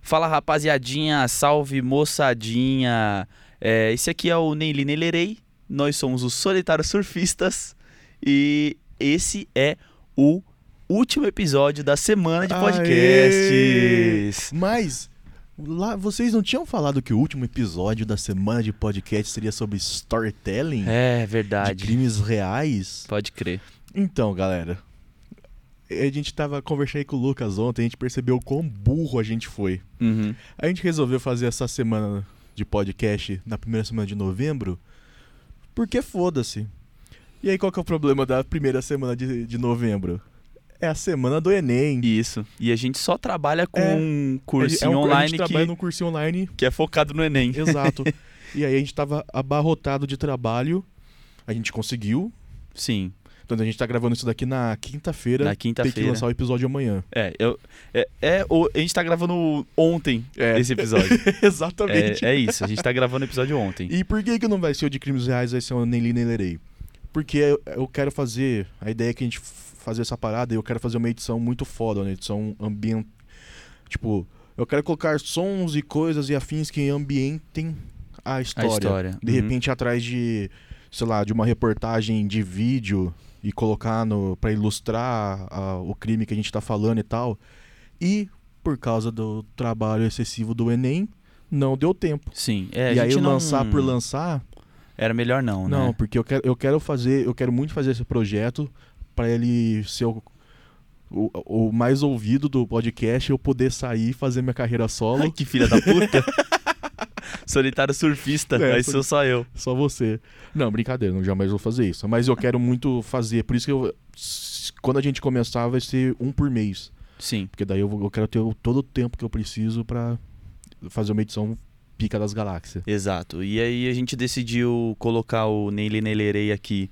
Fala rapaziadinha, salve moçadinha. É, esse aqui é o Neili Neilerei. Nós somos os Solitários Surfistas. E esse é o último episódio da semana de Aê! podcasts. Mas lá vocês não tinham falado que o último episódio da semana de podcast seria sobre storytelling É de verdade. crimes reais? Pode crer. Então, galera, a gente tava conversando aí com o Lucas ontem, a gente percebeu o quão burro a gente foi. Uhum. A gente resolveu fazer essa semana de podcast na primeira semana de novembro, porque foda-se. E aí qual que é o problema da primeira semana de, de novembro? É a semana do Enem. Isso. E a gente só trabalha com É, um é cursinho um- a online gente que, trabalha num cursinho online que é focado no Enem. Exato. e aí a gente tava abarrotado de trabalho. A gente conseguiu. Sim, Então a gente tá gravando isso daqui na quinta-feira. na Tem que quinta-feira. lançar o episódio amanhã. É, eu, é, é o- a gente tá gravando ontem É. esse episódio. Exatamente. É, é isso, a gente tá gravando o episódio ontem. E por que que não vai ser o de crimes reais, vai ser o nem li nem lerei? Porque eu- eu quero fazer, a ideia é que a gente f- fazer essa parada, eu quero fazer uma edição muito foda, uma edição ambiente, tipo, eu quero colocar sons e coisas e afins que ambientem a história. história, De uhum. repente atrás de, sei lá, de uma reportagem de vídeo e colocar no para ilustrar ah, o crime que a gente tá falando e tal. E por causa do trabalho excessivo do ENEM, não deu tempo. Sim, é, a e aí gente não- lançar por lançar, Era melhor não, né? não, porque eu quero, eu quero fazer, eu quero muito fazer esse projeto pra ele ser o, o, o mais ouvido do podcast, eu poder sair e fazer minha carreira Ai, solo, que filha da puta. Solitário surfista, É, aí foi- sou só eu. só você. Não, brincadeira, não jamais vou fazer isso, mas eu quero muito fazer, por isso que eu s- quando a gente começar vai ser um por mês, Sim. porque daí eu, vou- eu quero ter o- todo o tempo que eu preciso pra fazer uma edição pica das galáxias. Exato. E aí a gente decidiu colocar o Neile Neilerei aqui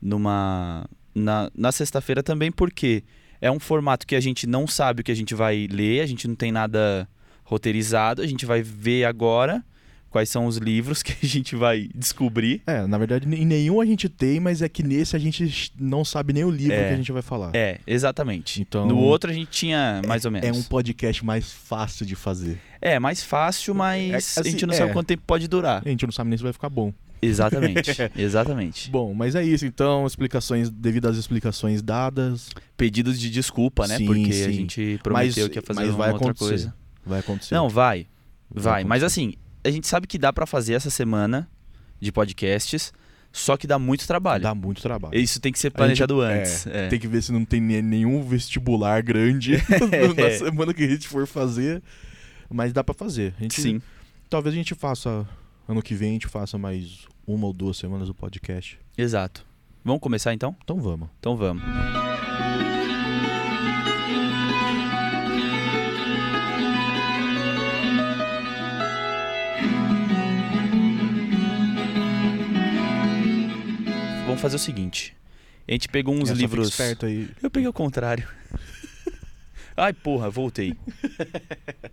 numa na, na sexta-feira também porque é um formato que a gente não sabe o que a gente vai ler, a gente não tem nada roteirizado, a gente vai ver agora quais são os livros que a gente vai descobrir. É, na verdade, em nenhum a gente tem, mas é que nesse a gente não sabe nem o livro É. que a gente vai falar. É, exatamente. Então- no outro a gente tinha mais ou menos. É um podcast mais fácil de fazer. É, mais fácil, mas É, assim, a gente não é. sabe quanto tempo pode durar. A gente não sabe nem se vai ficar bom. Exatamente, exatamente. Bom, mas é isso então. Explicações, devido às explicações dadas, Pedidos de desculpa, né? Sim, Porque a sim. gente prometeu Mas- que ia fazer mas uma vai outra acontecer. coisa. vai acontecer. Não, vai, vai. acontecer. Mas assim, a gente sabe que dá pra fazer essa semana de podcasts, só que dá muito trabalho. Dá muito trabalho. Isso tem que ser planejado A gente- antes. é, é. Tem que ver se não tem ne- nenhum vestibular grande na É. semana que a gente for fazer. Mas dá pra fazer. A gente- Sim, Talvez a gente faça, ano que vem, a gente faça mais uma ou duas semanas do podcast. exato. Vamos começar então? Então vamos. Então vamos. Vamos fazer o seguinte. A gente pegou uns É, só fica livros. esperto aí. Eu peguei o contrário. Ai, porra, voltei. É.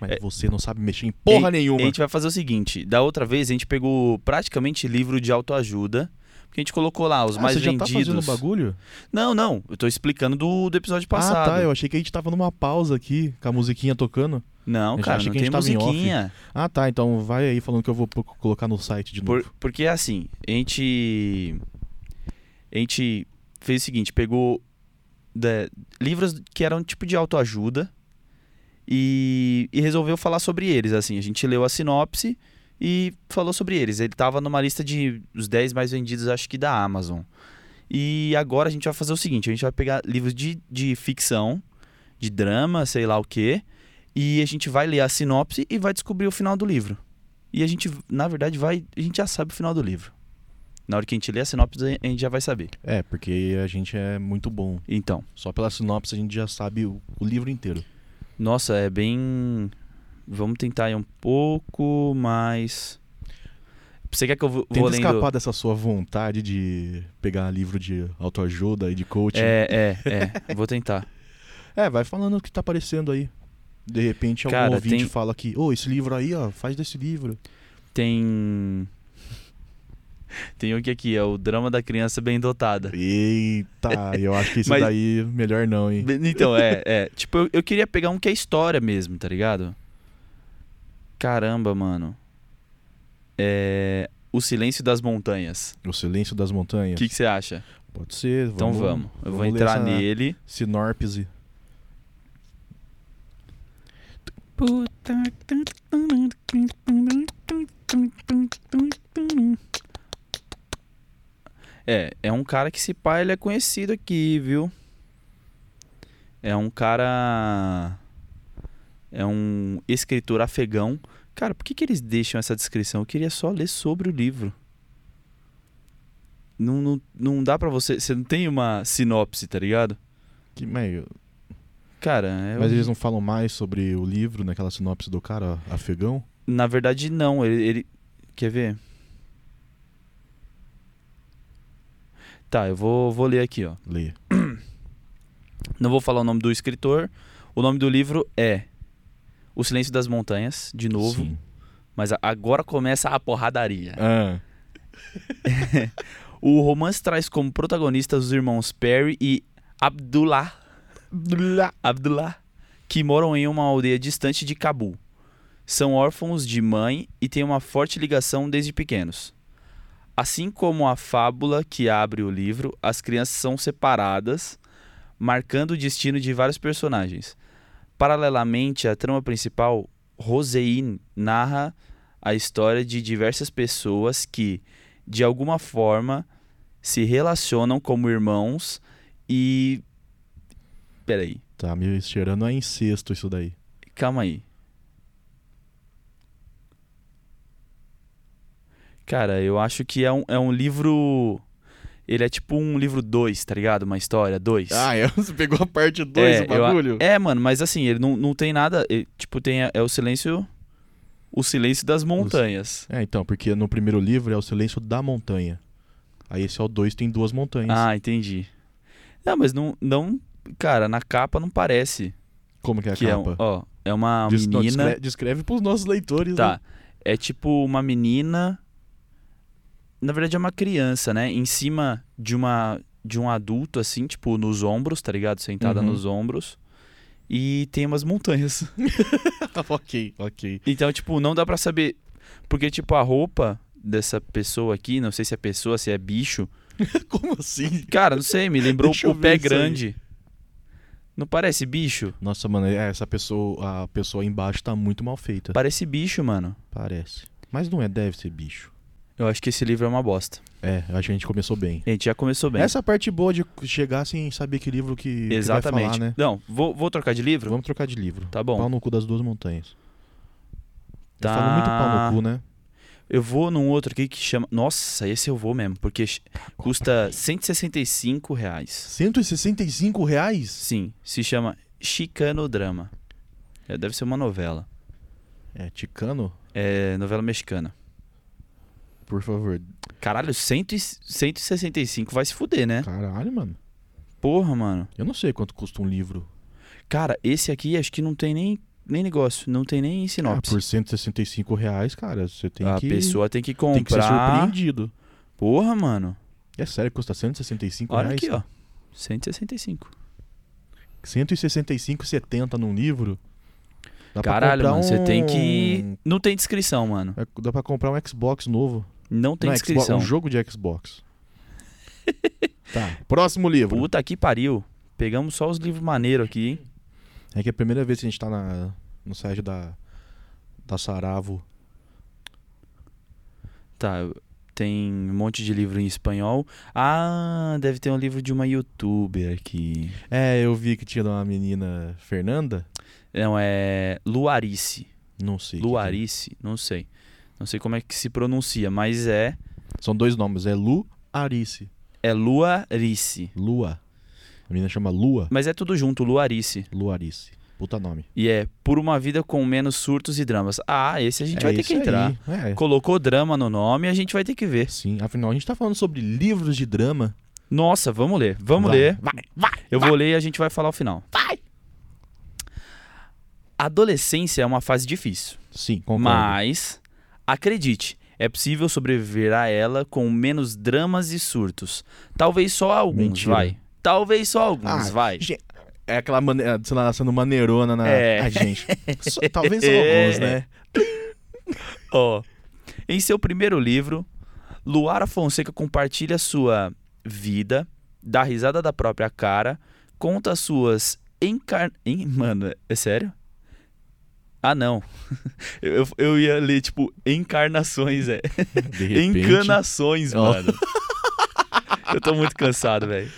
Mas você não sabe mexer em porra E- nenhuma. A gente vai fazer o seguinte: da outra vez a gente pegou praticamente livro de autoajuda. Porque a gente colocou lá os Ah, mais você já tá fazendo vendidos. bagulho? não, não. Eu tô explicando do, do episódio passado. Ah, tá. Eu achei que a gente tava numa pausa aqui, com a musiquinha tocando. Não, Eu já cara, achei não que a tem gente tava em off. musiquinha. Ah, tá. Então vai aí falando que eu vou po- colocar no site de novo. Por, porque assim, a gente. A gente fez o seguinte: pegou da- livros que eram tipo de autoajuda e, e resolveu falar sobre eles. Assim, a gente leu a sinopse e falou sobre eles. Ele tava numa lista de os 10 mais vendidos, acho que da Amazon. E agora a gente vai fazer o seguinte: a gente vai pegar livros de, de ficção, de drama, sei lá o quê, e a gente vai ler a sinopse e vai descobrir o final do livro. E a gente, na verdade, vai. A gente já sabe o final do livro. Na hora que a gente lê a sinopse, a gente já vai saber. É, porque a gente é muito bom. Então, Só pela sinopse a gente já sabe o, o livro inteiro. nossa, é bem. Vamos tentar ir um pouco mais. Você quer que eu vou, vou Tenta lendo? escapar dessa sua vontade de pegar livro de autoajuda e de coaching. É, é, é. vou tentar. É, vai falando o que tá aparecendo aí. De repente algum Cara, ouvinte tem- fala que, ô, esse livro aí, ó, faz desse livro. Tem. Tem um que aqui é o drama da criança bem dotada. Eita, eu acho que isso Mas- daí melhor não, hein? Então, é, é. Tipo, eu, eu queria pegar um que é história mesmo, tá ligado? Caramba, mano. É. O Silêncio das Montanhas. O Silêncio das O Montanhas. que que você acha? Pode ser. então vamos. Eu vou ler entrar essa nele. Sinopse. É, é um cara que se pá, ele é conhecido aqui, viu? É um cara. É um escritor afegão. Cara, por que, que eles deixam essa descrição? Eu queria só ler sobre o livro. Não, não, não dá pra você. Você não tem uma sinopse, tá ligado? Que, mas, Cara, é mas um- eles não falam mais sobre o livro naquela sinopse do cara afegão? Na verdade, não. Ele, ele- Quer ver? Tá, eu vou, vou ler aqui, ó. Lê. Não vou falar o nome do escritor. O nome do livro é O Silêncio das Montanhas, de novo. Sim. Mas a- agora começa a porradaria. Ah, O romance traz como protagonistas os irmãos Perry e Abdullah. Abdullah. que moram em uma aldeia distante de Cabul. São órfãos de mãe e têm uma forte ligação desde pequenos. Assim como a fábula que abre o livro, as crianças são separadas, marcando o destino de vários personagens. Paralelamente à trama principal, Rosein narra a história de diversas pessoas que, de alguma forma, se relacionam como irmãos e. Peraí, tá me cheirando a incesto isso daí. calma aí. Cara, eu acho que é um, é um livro. Ele é tipo um livro 2, tá ligado? Uma história 2. é? Você pegou a parte É, eu a- É, mano, mas assim, ele não, não tem nada. ele- tipo, tem. a- É o silêncio. O silêncio das montanhas. É, então, porque no primeiro livro é o Silêncio da Montanha. Aí esse é o 2, tem duas montanhas. Ah, entendi. Não, mas não. não cara, na capa não parece. Como que é a que é, um- capa? ó, é uma Des- não, menina. descreve, descreve pros nossos leitores. né? Tá. É tipo uma menina. Na verdade é uma criança, né? Em cima de uma de um adulto assim, tipo nos ombros, tá ligado? Sentada Uhum. nos ombros. E tem umas montanhas. né? ok, ok. Então, tipo, não dá pra saber porque tipo a roupa dessa pessoa aqui, não sei se é pessoa, se é bicho. Como assim? Cara, não sei, me lembrou Deixa eu o pé ver isso aí. grande. Não parece bicho? Nossa, mano, é, essa pessoa, a pessoa aí embaixo tá muito mal feita. Parece bicho, mano. Parece. Mas não é, deve ser bicho. Eu acho que esse livro é uma bosta. É, acho que a gente começou bem. A gente já começou bem. Essa parte boa de chegar sem saber que livro que, que Exatamente. vai falar, né? Não, vou, vou trocar de livro? Vamos trocar de livro. Tá bom. Pau no cu das duas montanhas. Tá. Falou muito pau no cu, né? Eu vou num outro aqui que chama. Nossa, esse eu vou mesmo, porque ch- custa 165 reais. 165 reais? Sim, se chama Chicano Drama. É, deve ser uma novela. É, ticano? É novela mexicana. Por favor. Caralho, 100 e- 165 vai se fuder, né? Caralho, mano. Porra, mano. Eu não sei quanto custa um livro. Cara, esse aqui acho que não tem nem, nem negócio, não tem nem Ah, sinopse. por 165 reais, cara, você tem a que... pessoa tem que comprar. Tem que ser surpreendido. Porra, mano. É sério, que custa 165 Olha reais? né? aqui, ó. 165. 165,70 num livro? Dá pra Caralho, comprar mano, você tem um- que. Não tem descrição, mano. É, Dá pra comprar um Xbox novo. Não tem Não, é Xbox, descrição. um jogo de Xbox. tá, próximo livro. Puta que pariu. Pegamos só os livros maneiros aqui, hein? É que é a primeira vez que a gente tá na, no site da, da Saravo. Tá, tem um monte de livro em espanhol. Ah, deve ter um livro de uma youtuber aqui. É, eu vi que tinha uma menina, Fernanda? Não, é Luarice. Não sei. o que que é. Luarice, não sei. Não sei como é que se pronuncia, mas é São dois nomes, é Lu Arice. é Luarice. Lua. A menina chama Lua. Mas é tudo junto, Luarice. Luarice. Puta nome. E é Por uma vida com menos surtos e dramas. Ah, esse a gente É vai ter isso que entrar. aí, Colocou drama no nome, a gente vai ter que É. ver. Sim, afinal, a gente tá falando sobre livros de drama. Nossa, vamos ler. Vamos Vai, ler. Eu vou ler e a gente vai falar o final. Vai! Adolescência é uma fase difícil, Sim, concordo. mas acredite, É possível sobreviver a ela com menos dramas e surtos. Talvez só alguns, Mentira. vai. Talvez só alguns, Ah, vai. gen- É aquela maneira, sei lá, sendo maneirona na. É. Ah, gente. Só- talvez alguns, né? Ó. Em seu primeiro livro, Luara Fonseca compartilha sua vida, dá risada da própria cara, conta suas encar... Hein, mano, é sério? Ah, não. Eu, eu ia ler, tipo, encarnações, é. De Encanações, Ó. mano. Eu tô muito cansado, velho.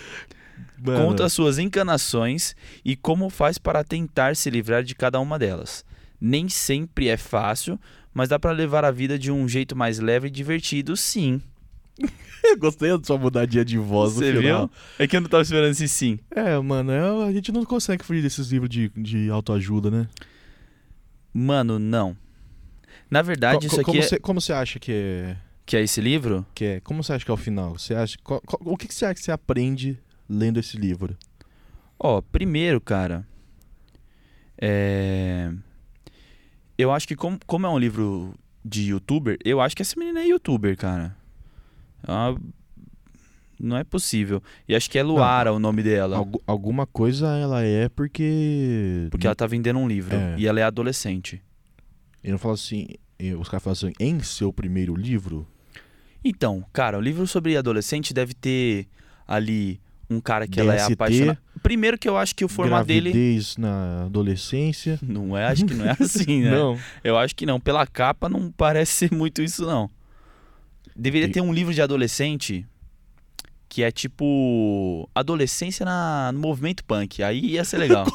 mano, Conta suas encanações e como faz para tentar se livrar de cada uma delas. Nem sempre é fácil, mas dá pra levar a vida de um jeito mais leve e divertido, sim. Eu gostei da sua mudadinha de voz Você no final. viu? É que eu não tava esperando esse sim. É, mano, é- a gente não consegue fugir desses livros de, de autoajuda, né? Mano, não. Na verdade, Co- isso co- aqui como, é, você, como você acha que é, que é esse livro? que é. Como você acha que é o final? Você acha, co- co- o que que você acha que você aprende lendo esse livro? Ó, primeiro, cara. É. Eu acho que, como, como é um livro de youtuber, eu acho que essa menina é youtuber, cara. Ah, Não é possível. E acho que é Luara o nome dela. Algu- alguma coisa ela é porque. Porque ela tá vendendo um livro. É. E ela é adolescente. Eu não falo assim. eh, Os caras falam assim, em seu primeiro livro? Então, cara, o livro sobre adolescente deve ter ali um cara que ela é DST. apaixonada. Primeiro que eu acho que o formato dele. gravidez na adolescência. Não é, acho que não é assim, né? Não. Eu acho que não. Pela capa não parece ser muito isso, não. Deveria E- ter um livro de adolescente que é tipo. Adolescência na, no movimento punk. Aí ia ser legal.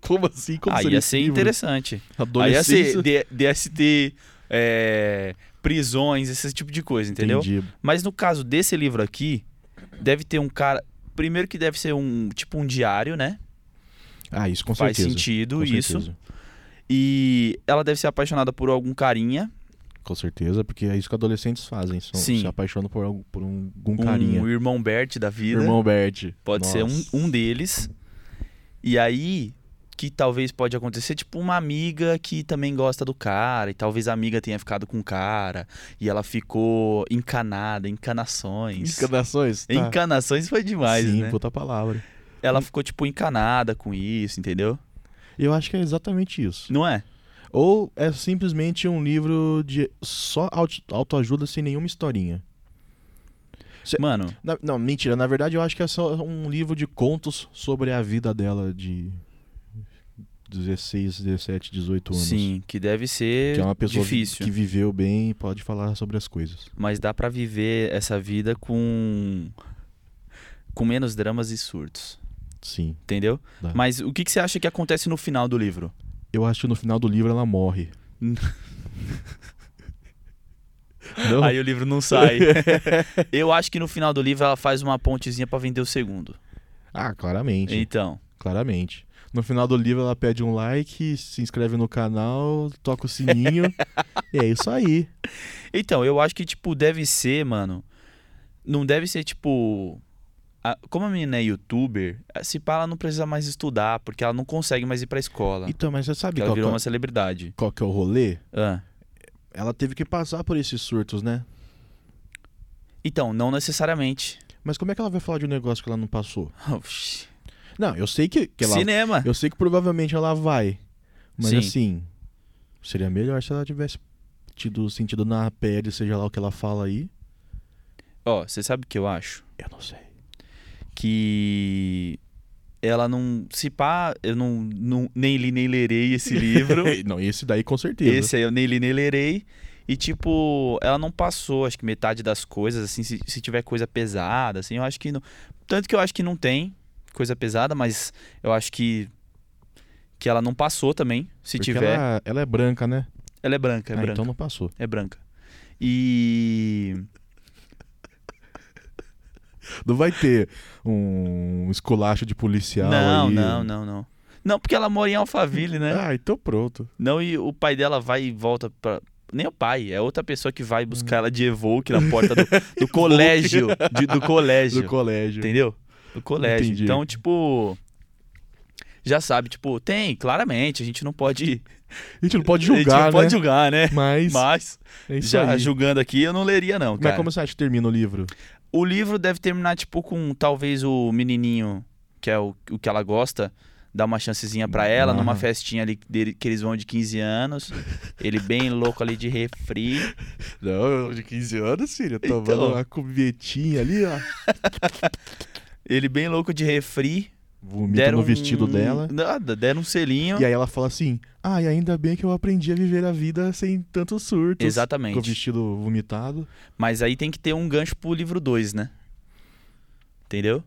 Como assim? Como Aí seria ia esse ser livro? interessante. Aí ia Adolescência. ser D- DST, é, prisões, esse tipo de coisa, entendeu? Entendi. Mas no caso desse livro aqui, deve ter um cara. Primeiro que deve ser um tipo um diário, né? Ah, isso com Faz certeza. sentido com isso. Certeza. E ela deve ser apaixonada por algum carinha. Com certeza, porque é isso que adolescentes fazem. São, Sim. Se apaixonam por, algum- por um, algum Um carinha. irmão Bert da vida. Irmão Bert. Pode ser um, Nossa. um deles. E aí, que talvez pode acontecer, tipo, uma amiga que também gosta do cara, e talvez a amiga tenha ficado com o cara, e ela ficou encanada, encanações. Encanações? Tá. Encanações foi demais, Sim, né? puta palavra. Ela ficou, tipo, encanada com isso, entendeu? Eu acho que é exatamente isso. Não é? Ou é simplesmente um livro de só aut- autoajuda sem nenhuma historinha. Te- Mano, Na- não, mentira. Na verdade, eu acho que é só um livro de contos sobre a vida dela de 16, 17, 18 anos. sim, que deve ser Que é uma pessoa vi- difícil. que viveu bem e pode falar sobre as coisas. Mas dá pra viver essa vida com. com menos dramas e surtos, Sim. entendeu? Dá. Mas o que que você acha que acontece no final do livro? Eu acho que no final do livro ela morre. Não? Aí o livro não sai. eu acho que no final do livro ela faz uma pontezinha pra vender o segundo. Ah, claramente. Então, Claramente. No final do livro ela pede um like, se inscreve no canal, toca o sininho. e é isso aí. então eu acho que tipo deve ser, mano, não deve ser tipo a- como a menina é youtuber, se pá, ela não precisa mais estudar, porque ela não consegue mais ir pra escola. Então, mas você sabe Porque Tá. ela qual, virou uma qual, celebridade. qual que é o rolê? Ah. Ela teve que passar por esses surtos, né? Então, não necessariamente. Mas como é que ela vai falar de um negócio que ela não passou? Oxi. Não, eu sei que, que ela. Cinema. Eu sei que provavelmente ela vai. Mas Sim. assim, seria melhor se ela tivesse tido sentido na pele, seja lá o que ela fala aí. Ó, você sabe o que eu acho? Eu não sei. Que ela não se pá, eu não, não nem li nem lerei esse livro. não, esse daí com certeza. Esse aí eu nem li, nem lerei. E, tipo, ela não passou, acho que metade das coisas, assim, se, se tiver coisa pesada, assim, eu acho que não. Tanto que eu acho que não tem coisa pesada, mas eu acho que. Que ela não passou também, se Porque tiver. Ela... Ela, ela é branca, né? é branca, é ah, branca. então não passou. É branca. E. Não vai ter um esculacho de policial Não, aí. não, não, não. Não, porque ela mora em Alphaville, né? Ah, então pronto. Não, e o pai dela vai e volta pra. Nem o pai, é outra pessoa que vai Hum. buscar ela de Evoque na porta do, do colégio. de- do colégio. Do colégio. Entendeu? Do colégio. Entendi. Então, tipo. já sabe, tipo, tem, claramente, a gente não pode. A gente não pode a gente julgar, não né? pode julgar, né? Mas, Mas, é isso já aí. julgando aqui, eu não leria, não. Mas Cara. como você acha que termina o livro? O livro deve terminar, tipo, com talvez o menininho, que é o, o que ela gosta, dar uma chancezinha pra ela, Ah. numa festinha ali dele- que eles vão de 15 anos. ele bem louco ali de refri. Não, de 15 anos, filho. Então. Tomando uma cubetinha ali, ó. Ele bem louco de refri. Vomita Deram no vestido um- dela. Nada, deram um selinho. E aí ela fala assim: Ai, ainda bem que eu aprendi a viver a vida sem tantos surtos. Com o Exatamente. vestido vomitado. Mas aí tem que ter um gancho pro livro 2, né? Entendeu?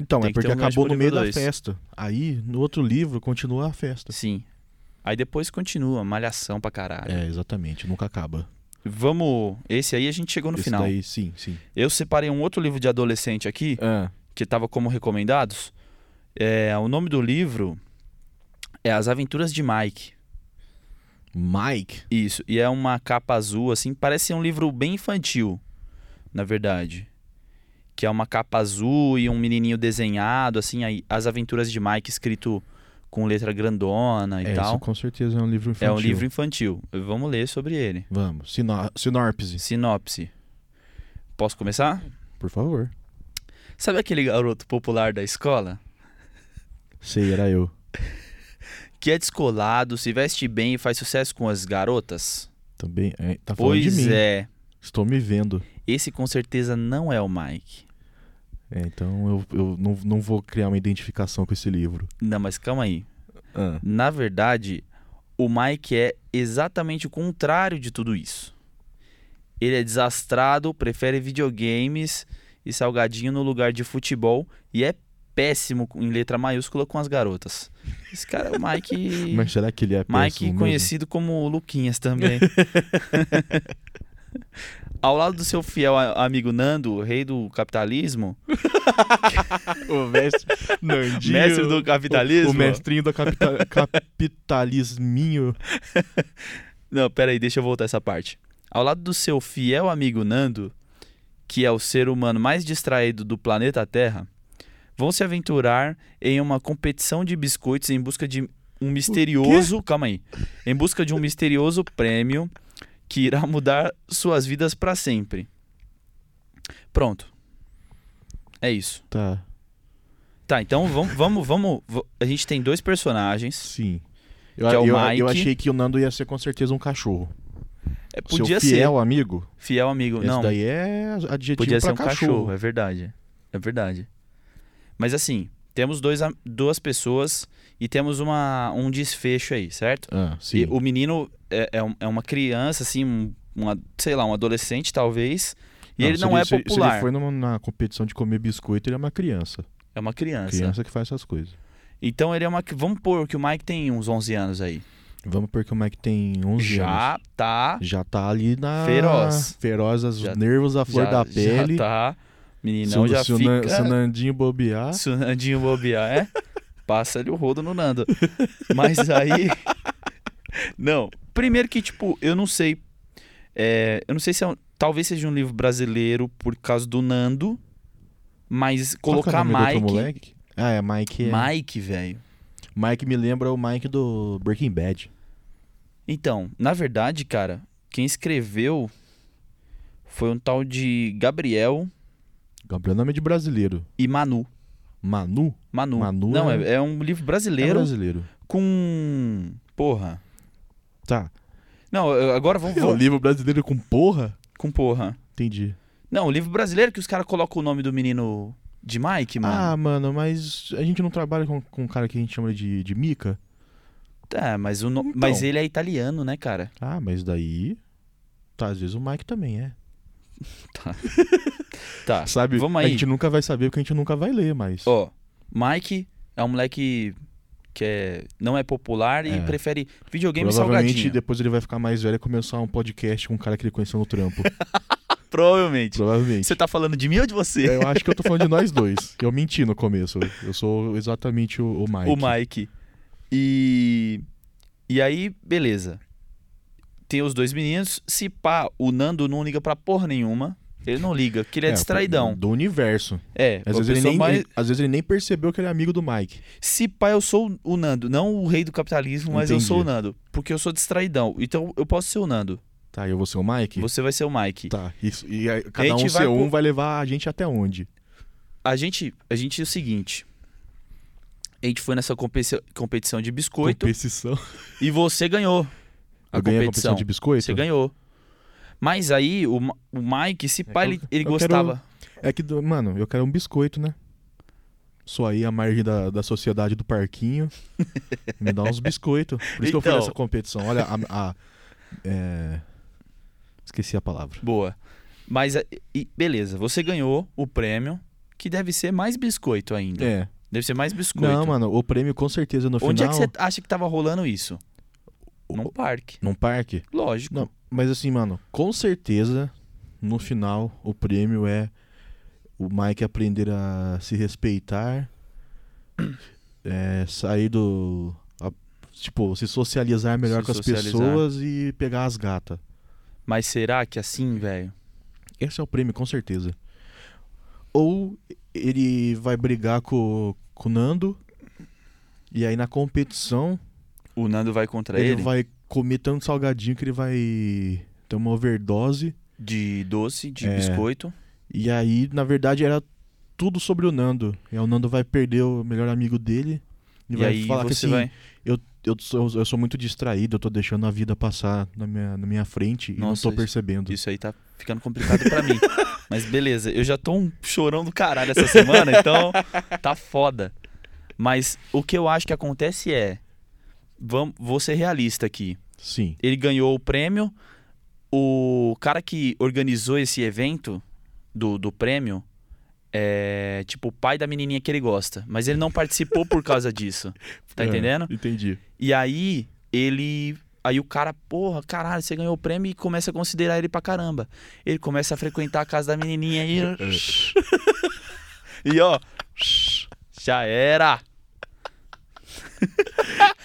Então, Tem é que ter porque um gancho acabou pro no meio livro da dois. festa. Aí, no outro livro, continua a festa. Sim. Aí depois continua, malhação pra caralho. É, exatamente, nunca acaba. Vamos. Esse aí a gente chegou no Esse final. daí, sim, sim. Eu separei um outro livro de adolescente aqui, Ah. que tava como recomendados. É, o nome do livro é As Aventuras de Mike. Mike. Isso. E é uma capa azul, assim. Parece um livro bem infantil, na verdade. Que é uma capa azul e um menininho desenhado, assim. Aí, As Aventuras de Mike, escrito com letra grandona e É, tal. isso com certeza é um livro É infantil. um livro infantil. Vamos ler sobre ele. Vamos, sino- sinopse, Sinopse. Posso começar? por favor. Sabe aquele garoto popular da escola? Sei, era eu. Que é descolado, se veste bem e faz sucesso com as garotas? Também, é, tá falando pois de mim. é. Estou me vendo. Esse com certeza não é o Mike. É, então eu, eu não, não vou criar uma identificação com esse livro. Não, mas calma aí. Ah. Na verdade, o Mike é exatamente o contrário de tudo isso. Ele é desastrado, prefere videogames e salgadinho no lugar de futebol e é péssimo com- em letra maiúscula com as garotas. Esse cara é o Mike. Mas será que ele é péssimo Mike, mesmo? conhecido como Luquinhas também. Ao lado do seu fiel a- amigo Nando, o rei do capitalismo, O mestre Nandinho. mestre do capitalismo. O mestrinho do capita- capitalisminho. Não, peraí, deixa eu voltar essa parte. Ao lado do seu fiel amigo Nando, que é o ser humano mais distraído do planeta Terra, vão se aventurar em uma competição de biscoitos em busca de um misterioso. Calma aí. Em busca de um misterioso prêmio que irá mudar suas vidas para sempre. Pronto. É isso. Tá, Tá, então vamos, vamos, vamos. v- A gente tem dois personagens. sim. Eu, Que é o eu- Mike. eu achei que o Nando ia ser com certeza um cachorro. É, podia Seu ser fiel amigo? fiel amigo. Esse Não, daí é adjetivo Podia pra ser um cachorro. é verdade. É verdade. Mas assim, temos dois, a- duas pessoas e temos uma, um desfecho aí, certo? Ah, sim. E o menino é, é, um- é uma criança, assim, um- uma, sei lá, um adolescente talvez. E ele se não é se- Se popular. ele foi numa, na competição de comer biscoito, ele é uma criança. É uma criança. Criança que faz essas coisas. Então ele é uma. cri- Vamos pôr que o Mike tem uns 11 anos aí. Vamos porque o Mike tem 11 anos. Já tá. Já tá ali na... Feroz. Feroz, os Já- nervos, a flor já, da já pele. tá. Se Meninão o- já se o fica. Nan- se o Nandinho bobear... Se o Nandinho bobear, é? Passa-lhe o rodo no Nando. Mas aí. Não. Primeiro que, tipo, eu não sei. é, eu não sei se é um- Talvez seja um livro brasileiro por causa do Nando. Mas Qual que é colocar o nome do outro Mike. moleque? Ah, é Mike. é- Mike, velho. Mike me lembra o Mike do Breaking Bad. Então, na verdade, cara, quem escreveu foi um tal de Gabriel Gabriel é nome de brasileiro. e Manu. Manu Manu. Manu não, é- é, é um livro é brasileiro brasileiro. com. Porra. Tá. Não, eu- agora vamos. É um livro brasileiro com porra? Com porra. Entendi. Não, o livro brasileiro que os caras colocam o nome do menino de Mike, mano. Ah, mano, mas a gente não trabalha com, com um cara que a gente chama de, de Mica? Tá, mas, o no- Então. mas ele é italiano, né, cara? Ah, mas daí. Tá, às vezes o Mike também é. Tá. Sabe? vamos A aí. gente nunca vai saber porque a gente nunca vai ler, mas. Ó, Mike é um moleque que é... não é popular e É. prefere videogame e Provavelmente salgadinho. depois ele vai ficar mais velho e começar um podcast com um cara que ele conheceu no trampo. Provavelmente. Provavelmente. Você tá falando de mim ou de você? É, Eu acho que eu tô falando de nós dois. Eu menti no começo. Eu sou exatamente o, o Mike. É, O Mike. é E. E aí, beleza. Tem os dois meninos. Se pá, o Nando não liga pra porra nenhuma. Ele não liga, porque ele é, pô, distraidão. Do universo. É, Às a vezes, ele pessoa nem, mais- ele- às vezes ele nem percebeu que ele é amigo do Mike. Se pá, eu sou o Nando. Não o rei do capitalismo, mas eu Entendi. sou o Nando. Porque eu sou distraidão. Então eu posso ser o Nando. Tá, eu vou ser o Mike? Você vai ser o Mike. Tá, isso. E aí, cada A gente um vai ser um pro- vai levar a gente até onde? A gente, a gente é o seguinte. A gente foi nessa competição- competição de biscoito Competição. e você ganhou. A Eu ganhei a competição. competição de biscoito? Você ganhou. Mas aí o, Ma- o Mike, se pá, ele, ele É, eu quero- gostava. É que, do- mano, eu quero um biscoito, né? Sou aí à margem da, da sociedade do parquinho. Me dá uns biscoitos. Por isso que eu fui Então. nessa competição. Olha, a. a- é, Esqueci a palavra. Boa. Mas, é, e- beleza, você ganhou o prêmio, que deve ser mais biscoito ainda. É. Deve ser mais biscoito. Não, mano, o prêmio com certeza no Onde é final. que você acha que tava rolando isso? Num parque. Num parque? Lógico. Não, mas assim, mano, com certeza no final o prêmio é o Mike aprender a se respeitar, é, sair do. a- tipo, se socializar melhor Se com as socializar. pessoas e pegar as gatas. Mas será que assim, velho? Esse é o prêmio, com certeza. Ou ele vai brigar com, com o Nando, e aí na competição O Nando vai contra ele, ele, vai comer tanto salgadinho que ele vai ter uma overdose. de doce, de É. biscoito. E aí, na verdade, era tudo sobre o Nando. E aí o Nando vai perder o melhor amigo dele. E, E, vai aí falar você que assim, vai. eu, sou, eu sou muito distraído, eu tô deixando a vida passar na minha, na minha frente Nossa, e não isso- tô percebendo. Isso aí tá ficando complicado pra mim. Mas beleza, eu já tô um chorão do caralho essa semana, então tá foda. Mas o que eu acho que acontece é. Vamos, vou ser realista aqui. Sim. Ele ganhou o prêmio. O cara que organizou esse evento do, do prêmio é tipo o pai da menininha que ele gosta. Mas ele não participou por causa disso. Tá É, entendendo? Entendi. E aí ele. Aí o cara, porra, caralho, você ganhou o prêmio e começa a considerar ele pra caramba. Ele começa a frequentar a casa da menininha aí. É. e ó. Já era.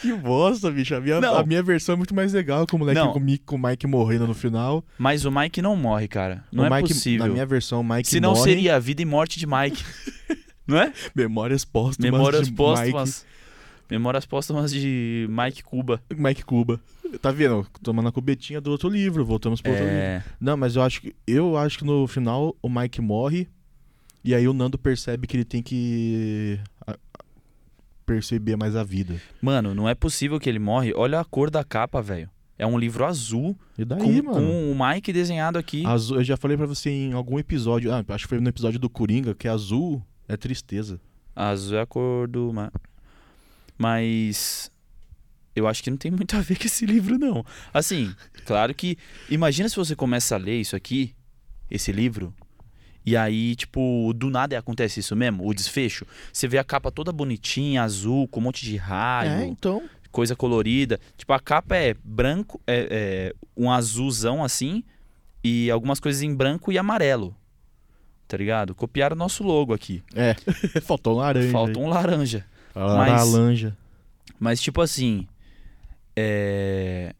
Que bosta, bicho. A minha, Não. a minha versão é muito mais legal com o moleque Não. com o Mick- com o Mike morrendo no final. Mas o Mike não morre, cara. Não o é Mike, possível. Na minha versão, o Mike Senão morre. seria a vida e morte de Mike. não é? Memórias póstumas Memórias de póstumas. Memórias póstumas de Mike Cuba. Mike, Mike Cuba. Tá vendo? Tomando a cubetinha do outro livro. Voltamos pro outro livro. É, Não, mas eu acho que eu acho que no final o Mike morre e aí o Nando percebe que ele tem que a- a- perceber mais a vida. Mano, não é possível que ele morre. Olha a cor da capa, velho. É um livro azul E daí, com, mano? com o Mike desenhado aqui. Azul, eu já falei pra você em algum episódio, ah, acho que foi no episódio do Coringa, que azul é tristeza. Azul é a cor do mar. Mas eu acho que não tem muito a ver com esse livro, não. Assim, claro que. Imagina se você começa a ler isso aqui, esse livro, e aí, tipo, do nada acontece isso mesmo, o desfecho. Você vê a capa toda bonitinha, azul, com um monte de é, raio, então. coisa colorida. Tipo, a capa é branco, é, é um azulzão assim, e algumas coisas em branco e amarelo. Tá ligado? Copiaram o nosso logo aqui. É, faltou um laranja. Falta um laranja. um laranja. Mas, tipo assim. é,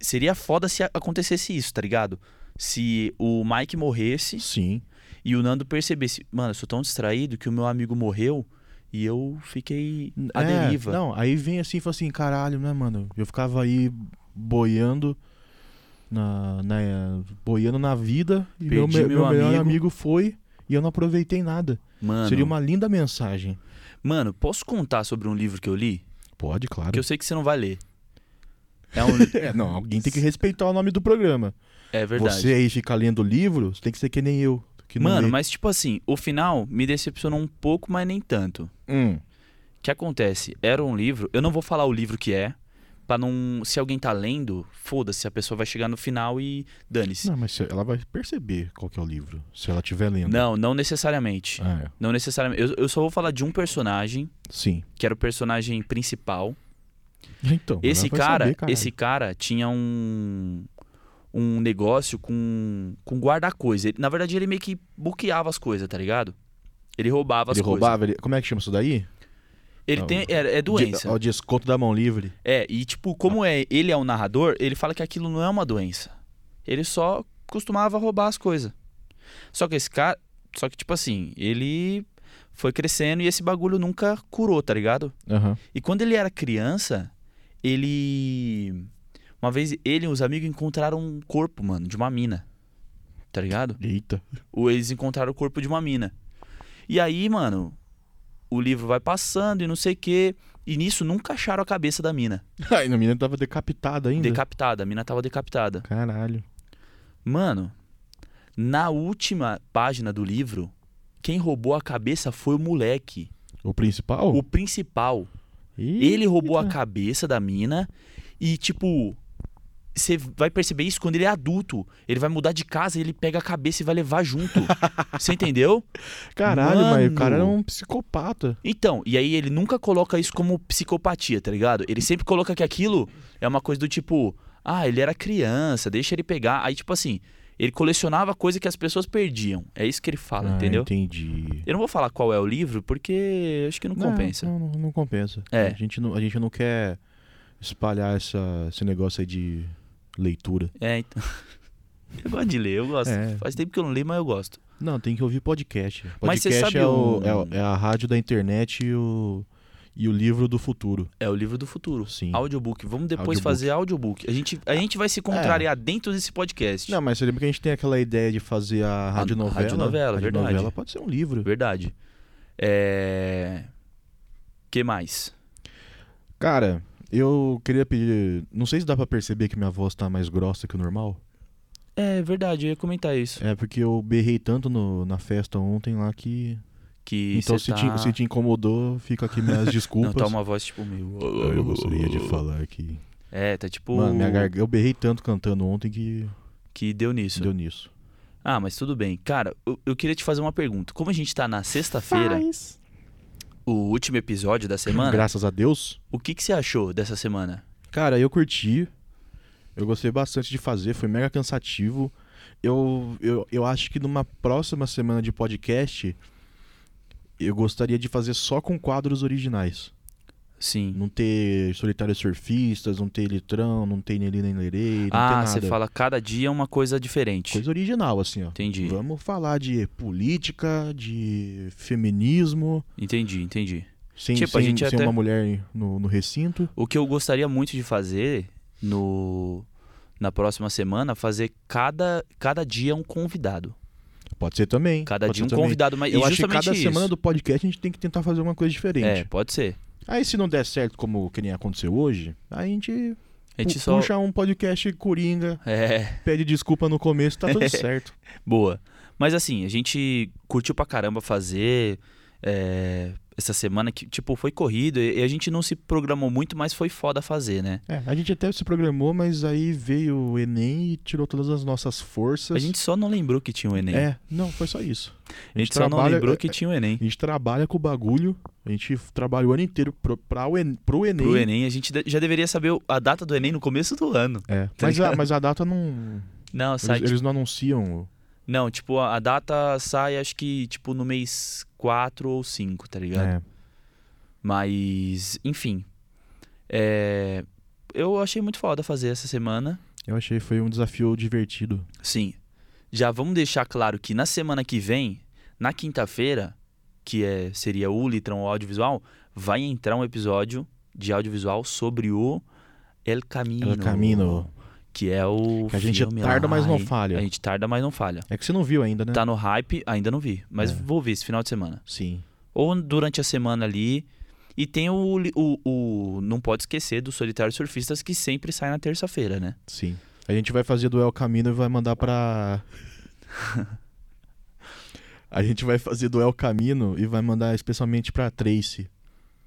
Seria foda se a- acontecesse isso, tá ligado? Se o Mike morresse Sim. e o Nando percebesse, mano, eu sou tão distraído que o meu amigo morreu e eu fiquei à É, deriva. Não, aí vem assim e fala assim, caralho, né, mano? Eu ficava aí boiando na, na- boiando na vida e meu, Perdi me- meu meu melhor amigo. Ah, amigo. foi e eu não aproveitei nada. Mano, Seria uma linda mensagem. mano, posso contar sobre um livro que eu li? Pode, Que claro. eu sei que você não vai ler. É, um... É, não, alguém tem que respeitar o nome do programa. é verdade. Você aí fica lendo livro, você tem que ser que nem eu. Que não Mano, lê. mas tipo assim, o final me decepcionou um pouco, mas nem tanto. Hum, O que acontece? Era um livro. Eu não vou falar o livro que é. Pra não. Se alguém tá lendo, foda-se, a pessoa vai chegar no final e dane-se. Não, mas se- ela vai perceber qual que é o livro, se ela estiver lendo. Não, não necessariamente. Ah, é. Não necessariamente. Eu, eu só vou falar de um personagem, Sim. que era o personagem principal. Então, Esse ela vai cara, saber, caralho. esse cara tinha um um negócio com com guardar coisa. Ele- na verdade, ele meio que buqueava as coisas, tá ligado? Ele roubava ele as coisas. roubava, ele... como é que chama isso daí? Ele tem é, é doença. De- O desconto da mão livre. É, e tipo, como é, ele é o narrador, ele fala que aquilo não é uma doença. Ele só costumava roubar as coisas. Só que esse cara. Só que, tipo assim, ele foi crescendo e esse bagulho nunca curou, tá ligado? Aham. E quando ele era criança, ele. Uma vez ele e os amigos encontraram um corpo, mano, de uma mina. Tá ligado? Eita. Ou eles encontraram o corpo de uma mina. E aí, mano, o livro vai passando e não sei o quê. E nisso nunca acharam a cabeça da mina. Ai, a menina tava decapitada ainda. Decapitada, a mina tava decapitada. Caralho. Mano, na última página do livro, quem roubou a cabeça foi o moleque. O principal? O principal. Ele roubou a cabeça da mina e, tipo, você vai perceber isso quando ele é adulto. Ele vai mudar de casa, ele pega a cabeça e vai levar junto. Você entendeu? Caralho, mas o Mano. cara era um psicopata. Então, e aí ele nunca coloca isso como psicopatia, tá ligado? Ele sempre coloca que aquilo é uma coisa do tipo, ah, ele era criança, deixa ele pegar. Aí, tipo assim, ele colecionava coisa que as pessoas perdiam. É isso que ele fala, Ah, entendeu? Entendi. Eu não vou falar qual é o livro, porque acho que não, compensa. Não, não, não compensa. É. A gente não, a gente não quer espalhar essa, esse negócio aí de leitura. É, então. eu gosto de ler, eu gosto. É. Faz tempo que eu não leio, mas eu gosto. Não, tem que ouvir podcast. Podcast Mas você sabe é, o, um- é o- é a rádio da internet e o, e o livro do futuro. É o livro do futuro. Sim. Audiobook. Vamos depois Audiobook. É. fazer audiobook. A gente, a gente vai se contrariar dentro desse podcast. Não, mas você lembra que a gente tem aquela ideia de fazer a radionovela? radionovela, verdade. Radionovela pode ser um livro. Verdade. É. que mais? Cara, eu queria pedir. Não sei se dá pra perceber que minha voz tá mais grossa que o normal. É verdade, eu ia comentar isso. É porque eu berrei tanto no- na festa ontem lá que. Que então, cê se, tá... te, se te incomodou, fica aqui minhas Não, desculpas. tá uma voz tipo meio. Eu gostaria de falar que. É, tá tipo. Mano, minha garganta. Eu berrei tanto cantando ontem que Que deu nisso. deu nisso. Ah, mas tudo bem. Cara, eu, eu queria te fazer uma pergunta. Como a gente tá na sexta-feira, Faz. o último episódio da semana, Graças a Deus. o que, que você achou dessa semana? Cara, eu curti. Eu gostei bastante de fazer, foi mega cansativo. Eu, eu, eu acho que numa próxima semana de podcast, eu gostaria de fazer só com quadros originais. Sim. Não ter solitários surfistas, não ter litrão, não ter Nelly nem Lerei, não ah, ter você nada. fala cada dia é uma coisa diferente. Coisa original, assim, ó. Entendi. Vamos falar de política, de feminismo, Entendi, entendi. sem, Tipo, a sem, gente sem até- uma mulher no, no recinto. O que eu gostaria muito de fazer no na próxima semana, fazer cada, cada dia um convidado. Pode ser também. Cada pode dia um ser também. convidado, mas e Eu acho que justamente cada isso. semana do podcast a gente tem que tentar fazer uma coisa diferente. É, pode ser. Aí se não der certo como que nem aconteceu hoje, a gente, A gente pu- só puxa um podcast coringa, é, pede desculpa no começo, tá tudo certo. boa. Mas assim, a gente curtiu pra caramba fazer é, essa semana que tipo foi corrido e e a gente não se programou muito, mas foi foda fazer, né? É, a gente até se programou, mas aí veio o Enem e tirou todas as nossas forças. A gente só não lembrou que tinha o ENEM. Então, É, não, foi só isso. a gente só não trabalha- é, lembrou que tinha o ENEM. A gente trabalha com o bagulho, a gente trabalha o ano inteiro pro, pra o Enem, pro Enem. Pro ENEM a gente de- já deveria saber o- a data do ENEM no começo do ano. É, Tá mas, a, ligado? mas a data não. Não, Eles, sai eles não anunciam. o- Não, tipo, a a data sai acho que tipo no mês 4 ou 5, tá ligado? É. Mas, enfim. É, eu achei muito foda fazer essa semana. Eu achei foi um desafio divertido. Sim. Já vamos deixar claro que na semana que vem, na quinta-feira, que é, seria o Litrão Audiovisual, vai entrar um episódio de audiovisual sobre o El Camino. El Camino. Que é o. Que a gente filme tarda, lá, mas não hein? falha. A gente tarda, mas não falha. É que você não viu ainda, né? Tá no hype, ainda não vi, mas É. vou ver esse final de semana. Sim. Ou durante a semana ali. E tem o, li- o, o- Não pode esquecer do Solitário Surfistas que sempre sai na terça-feira, né? Sim. A gente vai fazer do El Camino e vai mandar pra. a gente vai fazer do El Camino e vai mandar especialmente pra Tracy,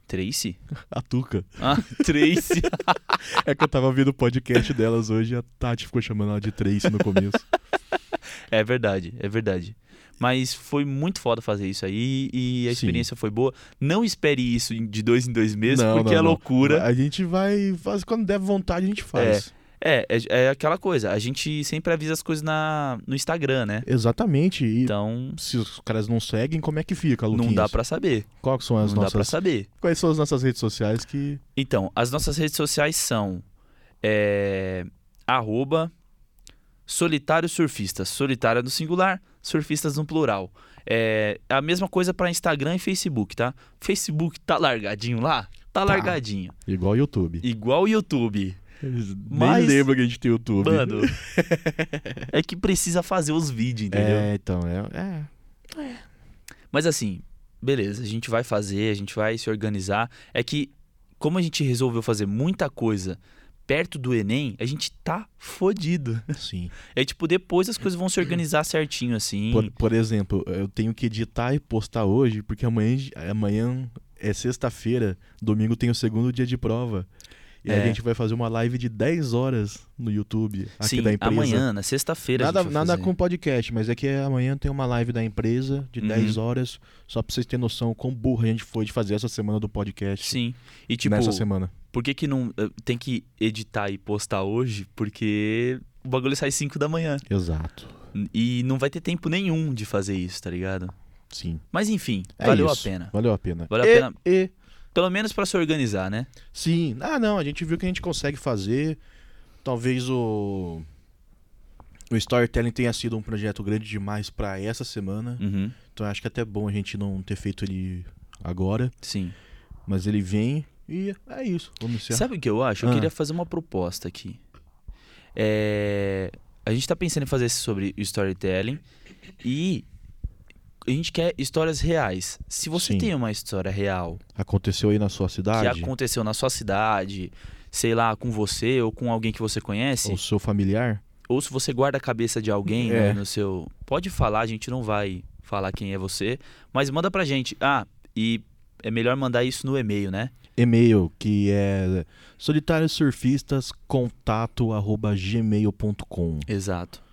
Tracy? a Tuca. Ah, Tracy. É que eu tava ouvindo o podcast delas hoje e a Tati ficou chamando ela de Tracy no começo. é verdade, é verdade. Mas foi muito foda fazer isso aí e a Sim. experiência foi boa. Não espere isso em- de dois em dois meses, Não, porque não, é não. loucura. A gente vai. Faz, quando der vontade, a gente faz. É, é, é aquela coisa. A gente sempre avisa as coisas na, no Instagram, né? Exatamente. E Então, se os caras não seguem, como é que fica, Luquinhas? não dá pra saber. Quais são Não as dá pra nossas. saber. Quais são as nossas redes sociais que. Então, as nossas redes sociais são é, arroba solitário surfista, solitária no singular, surfistas no plural. É a mesma coisa para Instagram e Facebook, tá? Facebook tá largadinho lá? Tá, largadinho. Igual YouTube. Igual o YouTube. Nem Mas- lembro que a gente tem YouTube. Mano, é que precisa fazer os vídeos, entendeu? é, então, é. é. Mas assim, beleza, a gente vai fazer, a gente vai se organizar. É que, como a gente resolveu fazer muita coisa perto do Enem, a gente tá fodido. Sim. É tipo, depois as coisas vão se organizar certinho, assim. Por, por exemplo, eu tenho que editar e postar hoje, porque amanhã, amanhã é sexta-feira, domingo tem o segundo dia de prova. E aí É. a gente vai fazer uma live de 10 horas no YouTube aqui Sim, da empresa. amanhã, na sexta-feira. a Nada, gente vai nada fazer. com podcast, mas é que amanhã tem uma live da empresa de Uhum. 10 horas, só pra vocês terem noção quão burro a gente foi de fazer essa semana do podcast. Sim. E tipo, nessa semana. por que que não eh, tem que editar e postar hoje? Porque o bagulho sai 5 da manhã. Exato. E não vai ter tempo nenhum de fazer isso, tá ligado? Sim. Mas enfim, É valeu isso. a pena. Valeu a pena. Valeu a E- pena. E Pelo menos pra se organizar, né? Sim. Ah, não, a gente viu que a gente consegue fazer. Talvez o o storytelling tenha sido um projeto grande demais pra essa semana. Uhum. Então acho que é até bom a gente não ter feito ele agora, Sim. mas ele vem e é isso. Vamos encerrar. Sabe o que eu acho? Eu Ah. queria fazer uma proposta aqui. É, A gente tá pensando em fazer esse sobre storytelling e a gente quer histórias reais. Se você Sim. tem uma história real Aconteceu aí na sua cidade? que aconteceu na sua cidade, sei lá, com você ou com alguém que você conhece, Ou seu familiar? ou se você guarda a cabeça de alguém É. né, no seu. Pode falar, a gente não vai falar quem é você, mas manda pra gente. Ah, e é melhor mandar isso no e-mail, né? E-mail que é solitariosurfistascontato@gmail.com. Exato.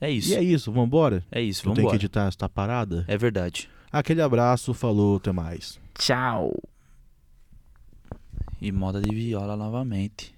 É isso. E é isso, vambora? É isso, Não vamos tem que embora. editar esta parada? É verdade. Aquele abraço, falou, até mais. Tchau. E moda de viola novamente.